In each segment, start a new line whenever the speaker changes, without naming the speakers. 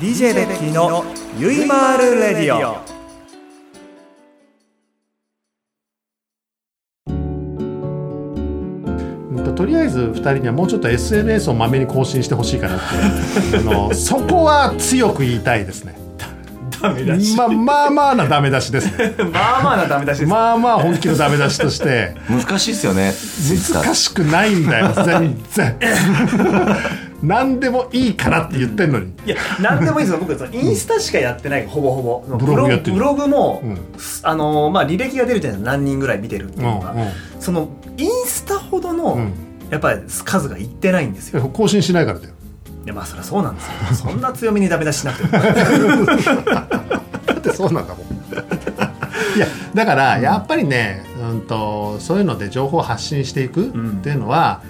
DJ ベッキーのゆいまーるレディオ
うんととりあえず2人にはもうちょっと SNS をまめに更新してほしいかなって あのそこは強く言いたいですね
ダメだし。
ままあまあなダメ出しですね
まあまあなダメ出しです、
まあまあ本気のダメ出しとして
難しいですよねツイッタ
難
ー
しくないんだよ全 然何でもいいからって言ってんのに
いや何でもいいですよ僕そのインスタしかやってないほぼほぼ
ブログやってる
ブログも、
うん
あのーまあ履歴が出るじゃないですか何人ぐらい見てるっていう
うん
のが、そのインスタほどの、
うん
やっぱり数がいってないんですよ
うん更新しないからだよ
いやまあそりゃそうなんですよ そんな強めにダメ出ししなくても
だってそうなんだもん いやだからやっぱりね、うん、とそういうので情報を発信していく
ん
っていうのは、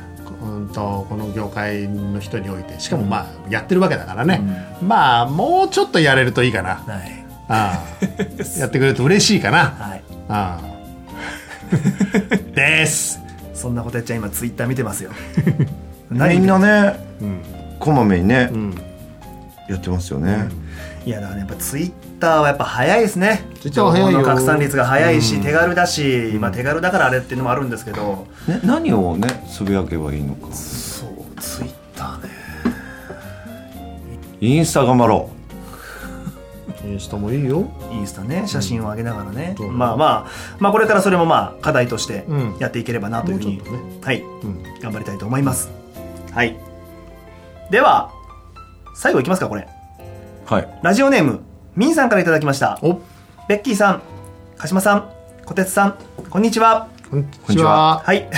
うん、とこの業界の人においてしかもまあやってるわけだからね、まあもうちょっとやれるといいか な
はい
ああやってくれると嬉しいかな
はい
ああです、
そんなことやっちゃん今ツイッター見てますよ
みん
見て
な
る
ね
うん
こまめにね
うん、
やってますよね
いやだからねやっぱツイッターはやっぱ早いですね
ツイッターは早いよ
情報の拡散率が早いし、手軽だし、
ん
まあ、手軽だからあれっていうのもあるんですけど、
ね何をねつぶやけばいいのか
そうツイッターね
インスタ頑張ろ
インスタもいいよ
インスタね写真を上げながらね、
うん
まあまあまあこれからそれもまあ課題として
うん
やっていければなというふうに、
もうちょっと
はい
うん
頑張りたいと思いますはいでは最後いきますかこれ
うはい
ラジオネームみんさんからいただきました
お
ベッキーさん鹿島さん小鉄さんこんにちは
こんに
こんに
ち
ち
は
はい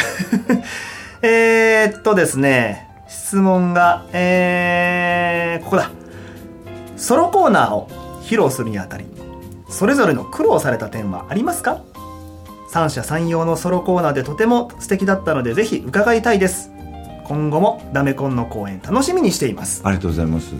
えーっとですね質問がえー、ここだソロコーナーを披露するにあたりそれぞれの苦労された点はありますか三者三様のソロコーナーでとても素敵だったのでぜひ伺いたいです今後もダメコンの公演楽しみにしています
ありがとうございます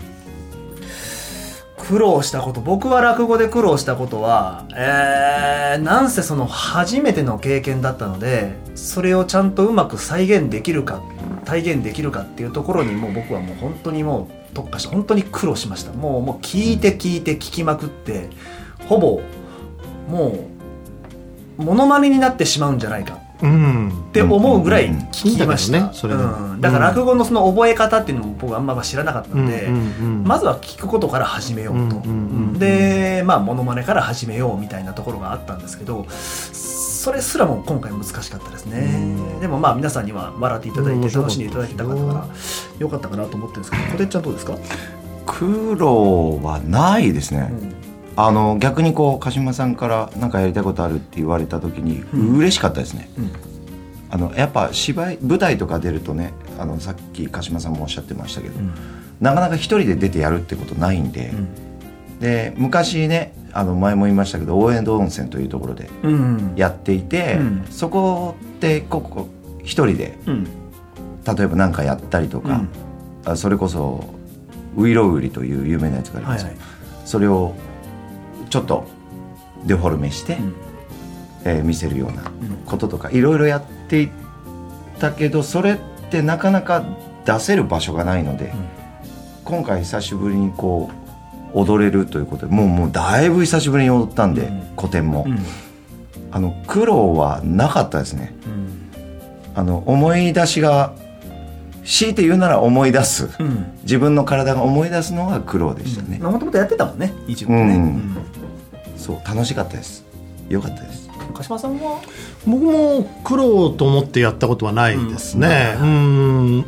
苦労したこと僕は落語で苦労したことはえー、なんせその初めての経験だったのでそれをちゃんとうまく再現できるか体現できるかっていうところにもう僕はもう本当にもう特化して本当に苦労しましたもうもう聞いて聞いて聞きまくってほぼもうモノマネになってしまうんじゃないか
うん
って思うぐらい聞きました、
うんうんうん聞いたけどねそれね
うんだから落語のその覚え方っていうのも僕あんま知らなかったので、
うんうんうん
まずは聞くことから始めようと、
うんうんうん
でまあモノマネから始めようみたいなところがあったんですけどそれすらも今回難しかったですね、
うん
でもまあ皆さんには笑っていただい
うん面
て
白か
楽
った
しんでいただけた方からよかったかなと思ってるんですけど小手ちゃんどうですか、
苦労はないですね、あの逆にこう鹿島さんから何かやりたいことあるって言われた時に
うん
嬉しかったですね、
うん
あのやっぱ芝居舞台とか出るとねあのさっき鹿島さんもおっしゃってましたけど、
うん
なかなか一人で出てやるってことないんで、で昔ねあの前も言いましたけど大江戸温泉というところで
うんうん
やっていて、
うん
そこってここ一人で
うん
例えば何かやったりとか、あそれこそウイロウリという有名なやつがありますよ、
はいは
それをちょっとデフォルメして、えー見せるようなこととかいろいろやっていったけどそれってなかなか出せる場所がないので、今回久しぶりにこう踊れるということでもうもうだいぶ久しぶりに踊ったんで、
うん
古典も、
うん
あの苦労はなかったですね
うん
あの思い出しが強いて言うなら思い出す
うん
自分の体が思い出すのが苦労でしたね、
まあもともとやってたもんね一部ね、
うん
うん
そう楽しかったですよかったです
鹿島さんは
僕も苦労と思ってやったことはないですね、うーん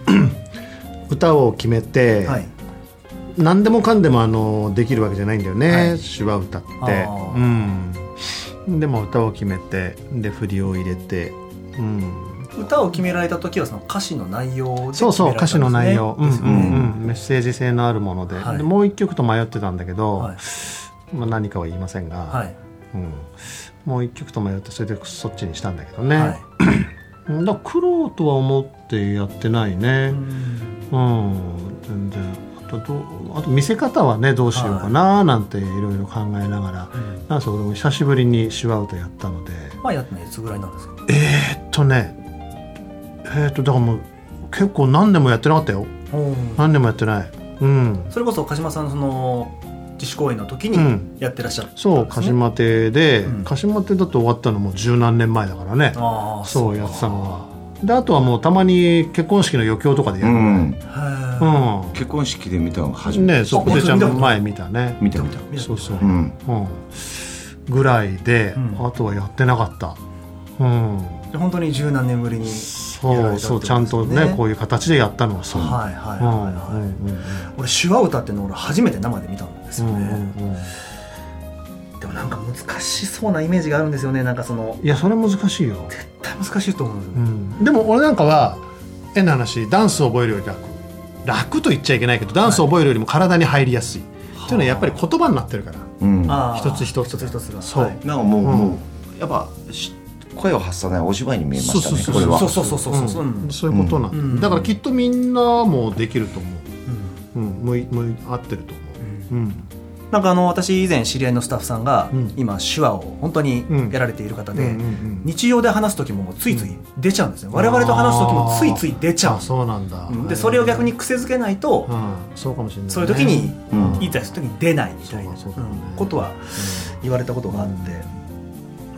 歌を決めて、
はい
何でもかんでもあのできるわけじゃないんだよね、
はい
芝歌って
あー
うんでも歌を決めてで振りを入れて、うん、
歌を決められた時はその歌詞の内容で決められたんで
そう
すね
そう歌詞の内容、うん
で
う
すよね
んうん、メッセージ性のあるもので,、
はい
でもう一曲と迷ってたんだけど、
はい
まあ、何かは言いませんが、
はい
うん、もう一曲と迷ってそれでそっちにしたんだけどね、
はい
うんだから苦労とは思ってやってないねうん、全然あとどうあと見せ方はねどうしようかななんていろいろ考えながら、
うん
なんせ俺も久しぶりにシワ歌やったので
まあやってないいつぐらいなんですか
えーっとねえーっとだからもう結構何年もやってなかったよ
おー
何年もやってないうん、
それこそ鹿島さんのその自主公演の時
う
に
ん
やってらっしゃる、
そう鹿島亭で、
うん
鹿島亭だと終わったのも十何年前だからね
ああ
そうや
か
ってたのはであとはもうたまに結婚式の余興とかでや
う
る
ん
へ
う
え
ん、
結婚式で見たの初めて
ねそう
あ
ポテちゃんの前見たね
見た見た
見た
そうそう
う、ん
うん、ぐらいで、
うん
あとはやってなかったうん
本当に十何年ぶりにやら
そ
れたってことで
う
す
そうちゃんとねこういう形でやったのはそう、
はいはい
うん
はいはい、
うんうん
俺手話歌っていうの俺初めて生で見たんですよ
うん
ね、
うんうん
でもなんか難しそうなイメージがあるんですよねなんかその
いやそれ難しいよ、
絶対難しいと思うんですよ
う
ね、
ん、でも俺なんかは変な話ダンスを覚えるより楽楽と言っちゃいけないけどダンスを覚えるよりも体に入りやすい、っていうのはやっぱり言葉になってるから
うんなんか
ああ
一つ一つ
一つ一つが
そう
はい
もう,、
うん
もうやっぱし声を発さないお芝居に見えましたね
そうそうそう
これは
そうそうそうそうそうそう、
うんそういうことなんだ、
うん
だからきっとみんなもできると思う、
うん
うん、もうもう合ってると思う、うん
なんかあの私以前知り合いのスタッフさんが
うん
今手話を本当に
うん
やられている方
うん
で
うんうん
日常で話す時もついつい出ちゃうんですね我々と話す時もついつい出ちゃ
あ
う
そうなんだ、
うんでそれを逆
に、
に癖づけないと
うん、そうかもしれないね、
そういう時に
うん
言いたい時に出ないみたいな
そうかそうか
うんことは
う
言われたことがあって、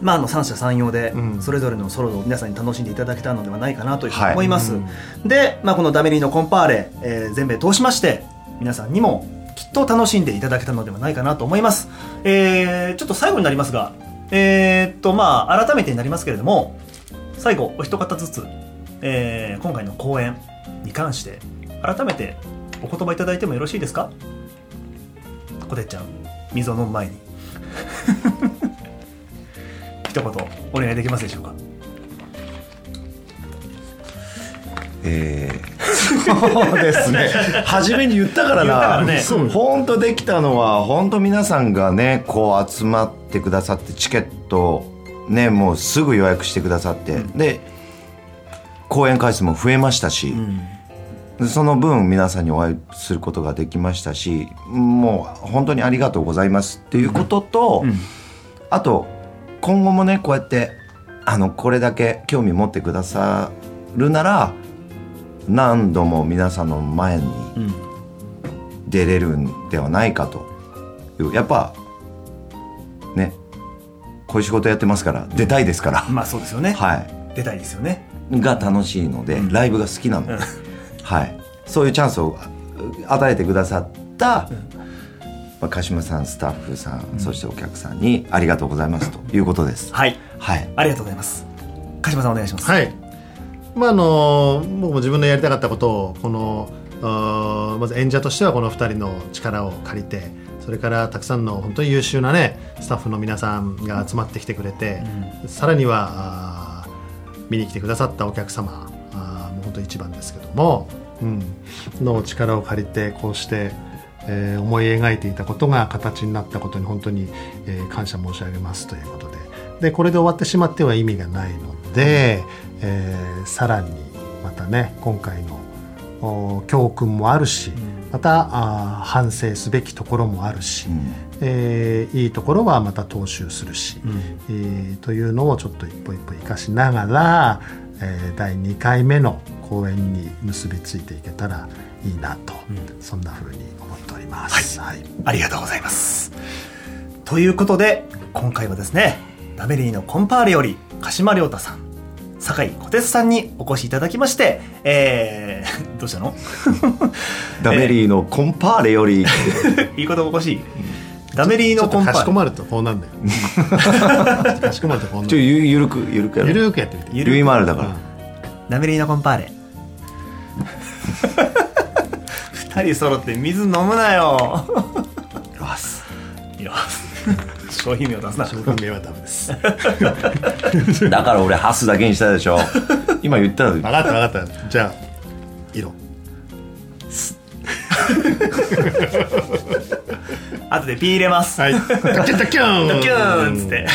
まあ、あの三者三様で
うん
それぞれのソロを皆さんに楽しんでいただけたのではないかなというふう
は
に
い
思います、
うん
で、まあ、この「ダメリーのコンパーレ」えー全米通しまして皆さんにもきっと楽しんでいただけたのではないかなと思います、えーちょっと最後になりますがえーっとまあ改めてになりますけれども最後お一方ずつ、えー今回の公演に関して改めてお言葉いただいてもよろしいですかこてっちゃん水を飲む前に 一言お願いできますでしょうか
えーそうですね初めに言ったから
言ったから
な
ね
そう本当できたのは本当皆さんがねこう集まってくださってチケットねもうすぐ予約してくださって、で公演回数も増えましたし、でその分皆さんにお会いすることができましたしもう本当にありがとうございますっていうことと、あと今後もねこうやってあのこれだけ興味持ってくださるなら何度も皆さんの前に出れるんではないかというやっぱねこういう仕事やってますから出たいですから、
まあそうですよね、
は
出たいですよね
いが楽しいので、ライブが好きなので、
うん
はい、そういうチャンスを与えてくださった、
ん
まあ鹿島さんスタッフさん、そしてお客さんにありがとうございますということです。
はい
はい
ありがとうございます鹿島さんお願いします
はいまああの僕も自分のやりたかったことをこのあーまず演者としてはこの2人の力を借りてそれからたくさんの本当に優秀なねスタッフの皆さんが集まってきてくれて、さらにはあー見に来てくださったお客様あーもう本当一番ですけども、うん、の力を借りてこうして、えー思い描いていたことが形になったことに本当に、えー感謝申し上げますということででこれで終わってしまっては意味がないので、えーさらにまたね今回のお教訓もあるしまたあー反省すべきところもあるし、
うん
えーいいところはまた踏襲するし、えーというのをちょっと一歩一歩生かしながら、えー第2回目の公演に結びついていけたらいいなと、そんな風に思っております。はい
ありがとうございますということで今回はですねダメリーのコンパーレより鹿島亮太さん酒井小鉄さんにお越しいただきまして、えー、 どうしたの
ダメリーのコンパーレより、
いいことおかしいダメリー
ちょ
の
っと
コンパ
かしこ
ーレ
まるとこうなんだ よ。かしこまるとこうなん
ちょ
だよ。
ゆゆるくゆるくや
ゆ
る。
るーくやってみて。
ゆ
ルイマールだか
うん
ら。
ダメリーのコンパーレ二人揃って水飲むなよ
わす
いや商品名を出す な
商品名はダメです。分
だから俺ハスだけにしたでしょ。今言ったの。
かった分かった。じゃあ色。
後でピー入れます
はい。ダキュンダキュン。
ドキューンっつって。
はい。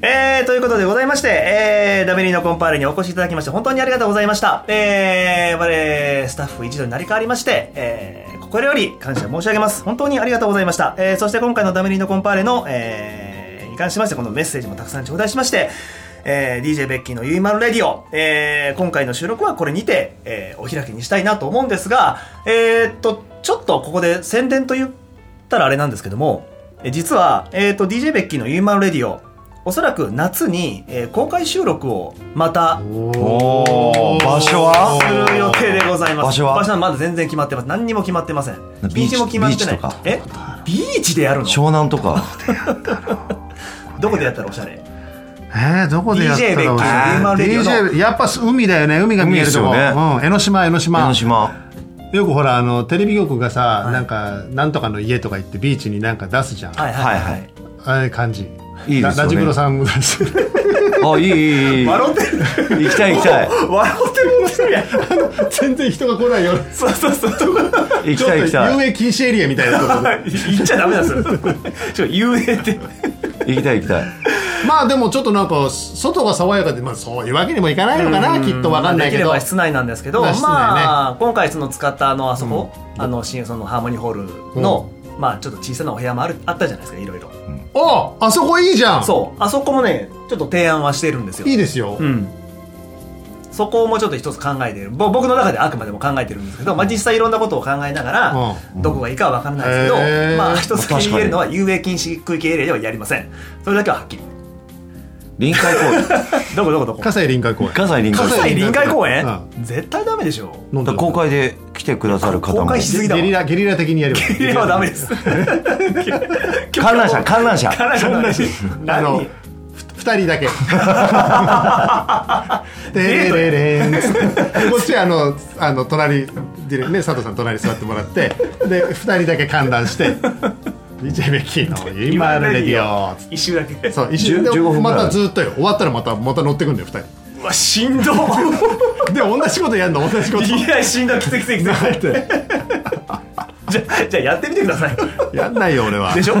えー、ということでございまして、えー、ダメリーのコンパーレにお越しいただきまして、本当にありがとうございました。えー、我々、スタッフ一同になり変わりまして、えー、心より感謝申し上げます。本当にありがとうございました。えー、そして今回のダメリーのコンパーレの、えー、に関しまして、このメッセージもたくさん頂戴しまして、えー、DJ ベッキーのゆいまるレディオ、えー、今回の収録はこれにて、えー、お開きにしたいなと思うんですが、えー、っと、ちょっとここで宣伝と言ったらあれなんですけども、え実は、えっ、と、DJ ベッキーのユーマンレディオ、おそらく夏に、えー公開収録をまた
おー場所は
する予定でございます。
場所は
場所はまだ全然決まってます。何にも決まってません。
ビー
日にち
チ
も決まってない。
ビーチとか
えビーチでやるの
湘南とか
どこでやったらおしゃれ
えー、どこでやった
DJ ベッキーのリーマ
ら
ンレディオの
DJ やっぱ海だよね海が見えるとこ、
海ですよね
うん、江ノ島江ノ島
江ノ島
よくほらあのテレビ局がさ、なんかなんとかの家とか行ってビーチになんか出すじゃん、
はいはいは
はいはいい。
あれ感じ
いいで
ラ
すよね
ラジクロさんも出す
あいいいいいい
笑ってる。
行きたい行きたい
笑ってる人やん。
全然人が来ないよ
そうそうそう。
行き
ちょっ
い行
たと
きた
遊
い
泳禁止エリアみたいなとこ ろ
言っちゃダメだそれ。ちょ遊泳って。
行きたい行きたい
まあでもちょっとなんか外が爽やかで、まあ、そういうわけにもいかないのかなきっとわかんな
まあで
いけど
きれば室内なんですけど、
まあ室内ね
まあ今回その使ったあのあそこ、あの新そのハーモニーホールの、まあちょっと小さなお部屋もあるあったじゃないですかいろいろ。
おあそこいいじゃん
そうあそこもねちょっと提案はしてるんですよ。
いいですよ、
うん。そこもちょっと一つ考えているぼ僕の中であくまでも考えてるんですけど、まあ、実際いろんなことを考えながら、どこがいいかは分からないですけど、
へー
まあ、一つだけ言えるのは遊泳禁止区域エリアではやりませんそれだけははっきり
臨海公園
どこどこどこ
葛西臨海公園
関西臨海
関
公
西
園
臨海公園、
う
絶対ダメでしょ
飲んで
だから
る
公開で来てくださる方
公
も
開しすぎだわ
ゲリラゲリラ的にやれば
いやダメです
観覧車観覧車
観覧車の話
あの
何
二 人だけ。で
デート
れれんっつってこっちはあのあの隣でね佐藤さん隣座ってもらってで二人だけ観覧して DJ ベッキーの「今のレディオ」つって。
一周だけ
そう一瞬
10
で
15分ぐ
ま
らい
たずっとよ終わったらまたまた乗ってくんだよ二人
うわしんど
で同じことやんの同 じこと
いやしんどきついきついきついじゃあじゃあやってみてくだ さい
やんないよ俺は
でしょ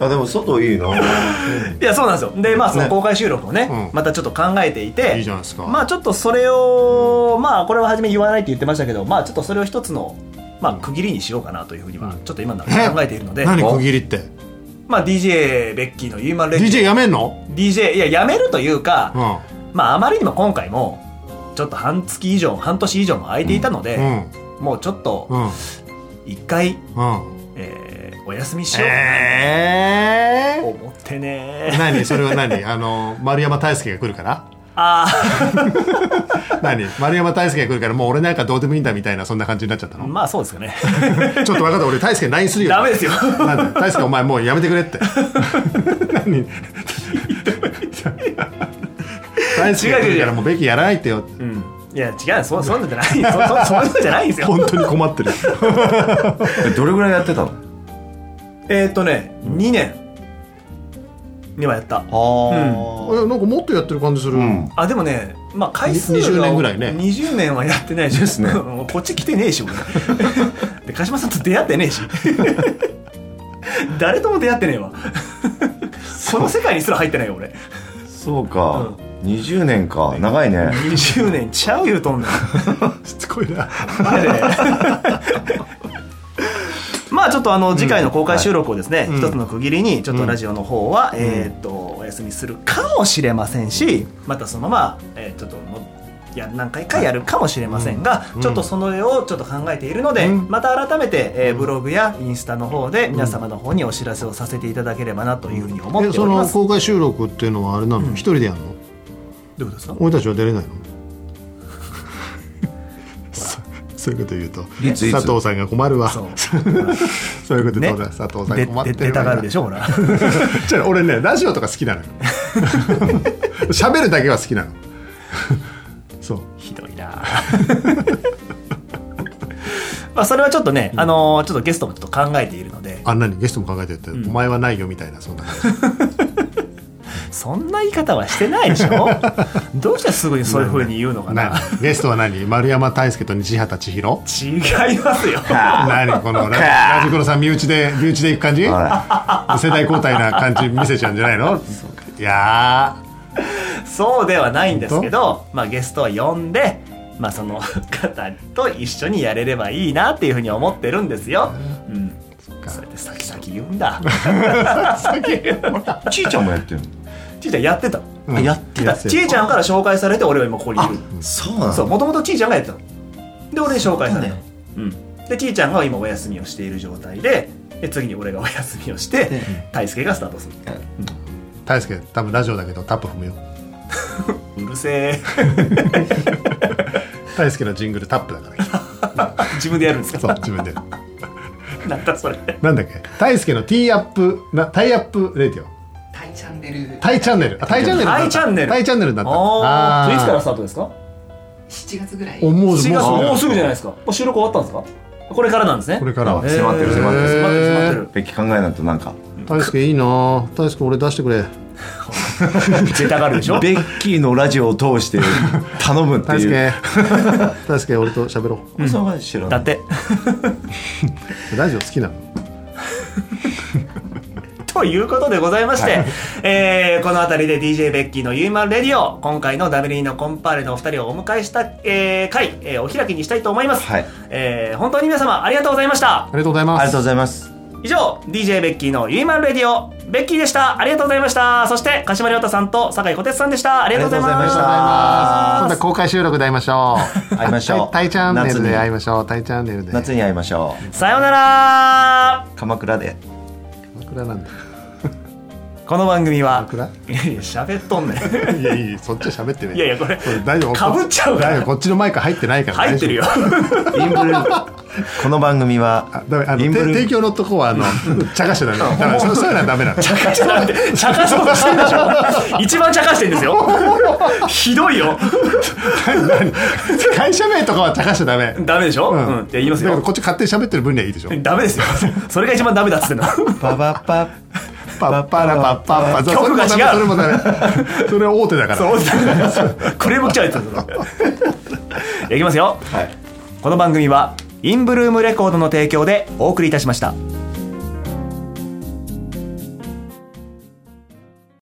あでも外いい ない
やそうなんですよでまあその
ね
公開収録をね
うん
またちょっと考えていて
いいじゃないですか
まあちょっとそれをまあこれは初め言わないって言ってましたけどまあちょっとそれを一つのまあ区切りにしようかなというふうにはちょっと今の中で考えているので
何区切りって
まあ DJ ベッキーのユーマンレディオ
DJ やめんの
DJ いややめるというか、
うん
まああまりにも今回もちょっと半月以上半年以上も空いていたので、
うん
もうちょっと
うん
一回、
うん
えーお休みしよう
え
と
ー
思ってね、
何 それは何あの丸山大輔が来るから
あ
何丸山大輔が来るからもう俺なんかどうでもいいんだみたいなそんな感じになっちゃった
あ
の、
まあそうですかね
ちょっと分かった俺大輔に LINE するよ
ダメですよ
なんで大輔お前もうやめてくれって 何大輔が来るからもうベキやらないってよ
うんいや違うそそんなんじゃないそそそんなんじゃないんですよ
本当に困っ てる
どれぐらいやってたの
えーっとね2年にはやった
あ
えなんかもっとやってる感じする、
うん
あでもねまあ回数が
20年ぐらいね
20年はやってないし
ですね
こっち来てねえし俺 で鹿島さんと出会ってねえし 誰とも出会ってねえわ この世界にすら入ってないよ俺
そうか20年か長いね
20年ちゃう言うとんねん
しつこ いな
マジでまあちょっとあの次回の公開収録をですね、
うん
一つの区切りにちょっとラジオの方は、えーっとお休みするかもしれませんしまたそのまま、えーちょっともや何回かやるかもしれませんが、
うん
ちょっとその絵をちょっと考えているので、
うん
また改めて、えーブログやインスタの方で皆様の方にお知らせをさせていただければなというふうに思ってお
えそ
りま
の
す。
公開収録っていうのはあれなの一、人でやるの
どういうことですか
俺たちは出れないの そそういうこと言うと
いついつ
佐藤さんが困るわ
そう
そういうこと で、
ね
ね、佐藤さ
で
ん困って
で
る
出たがるでし
ょ
ょほら
俺ねラジオとか好きなのよ喋るだけは好きなのそう
ひどいな まあそれはちょっとね、あのーちょっとゲストもちょっと考えているので
あんなにゲストも考えてって、お前はないよみたいなそんな感じ
そんな言い方はしてないでしょどうしてすぐにそういうふうに言うのかな
何ゲストは何丸山大輔と西畑千尋
違いますよ
何このララジコロさん身内で身内でいく感じ世
あ
代交代な感じ見せちゃうんじゃないのいやー
そうではないんですけど、まあ、ゲストを呼んで、まあ、その 方と一緒にやれればいいなっていうふうに思ってるんですよ、うん、
か
それで先々言うんだ
らちいちゃんもやってる
ちいちゃんやってたの
うん
あやってた
やって
ち
る
いちゃんから紹介されて俺は今ここにいる
そうな
そうもともとちいちゃんがやってたので俺に紹介されたの、うんでキーちゃんが今お休みをしている状態でで次に俺がお休みをして大輔がスタートする
大輔多分ラジオだけどタップ踏むよ
うるせえ
大輔のジングルタップだから
自分でやるんですか
そう自分で
なんだそれ
なんだっけ大輔のティーアップなタイアップレディオ
タイチャンネル
タイチャンネルあタイチャンネルだった
タイチャンネル
タイチャンネルだった
ああい
ー
つからスタートですか
7月ぐらい
思うもう
4月
そう
もうすぐじゃないですかもう収録終わったんですかこれからなんですね
これからは
へー
迫ってる迫
迫
ってる
ってる迫ってる
べき考えなんとなんか
大輔いいなぁ大輔俺出してくれ
出たがるでしょ
ベッキーのラジオを通 して頼むって
大
いう
輔大輔俺と喋ろ
うんそれは知らな
だ
い
って
うラジオ好きなの
ということでございまして、 えーこの辺りで DJ ベッキーのユーマンレディオ、今回の WE のコンパーレのお二人をお迎えした、えー回、えーお開きにしたいと思います。
はい
えー本当に皆様ありがとうございました
あ。りがとうございます
ありがとうございます
以上、DJ ベッキーのユーマンレディオ、ベッキーでした。ありがとうございました。そして、鹿島亮太さんと酒井小鉄さんでした。ありがとうござい
あり
ま
が
し
とうございました
た。
今度は公開収録で会いましょう
会いましょう
タイチャンネルで会
夏に
いましょうタイチャンネルで
夏に会いましょ
さようなら
う鎌倉で
桜なんだ
この番組は、
桜
いやいや、喋っとんねん。
いやいいそっちは喋ってね
いやいや、これ、
これ大丈夫
かぶっちゃうから
大丈夫こっちのマイク入ってないから
入 ってるよ。
インブ ルこの番組
大
は
丈夫あダメ
イン
あの
ブ
て
ル
提供のとこはあの茶化しちゃダメだからそうそういうのはダメなの
茶化しなんて茶化そうとしてるでしょ一番茶化してんですよひどいよ
会社名とかは茶化しちゃダメ
ダメでしょ、うんって言います
だけど
よ
こっち勝手に喋ってる分にはいいでしょ
ダメですよそれが一番ダメだっつってんの
パパパ
パッパラパッパッパ
曲が違う
それもダメそれもダメそれは大手だから
そうクレーム来ちゃうやつだそれいきますよ
はい
この番組はインブルームレコードの提供でお送りいたしました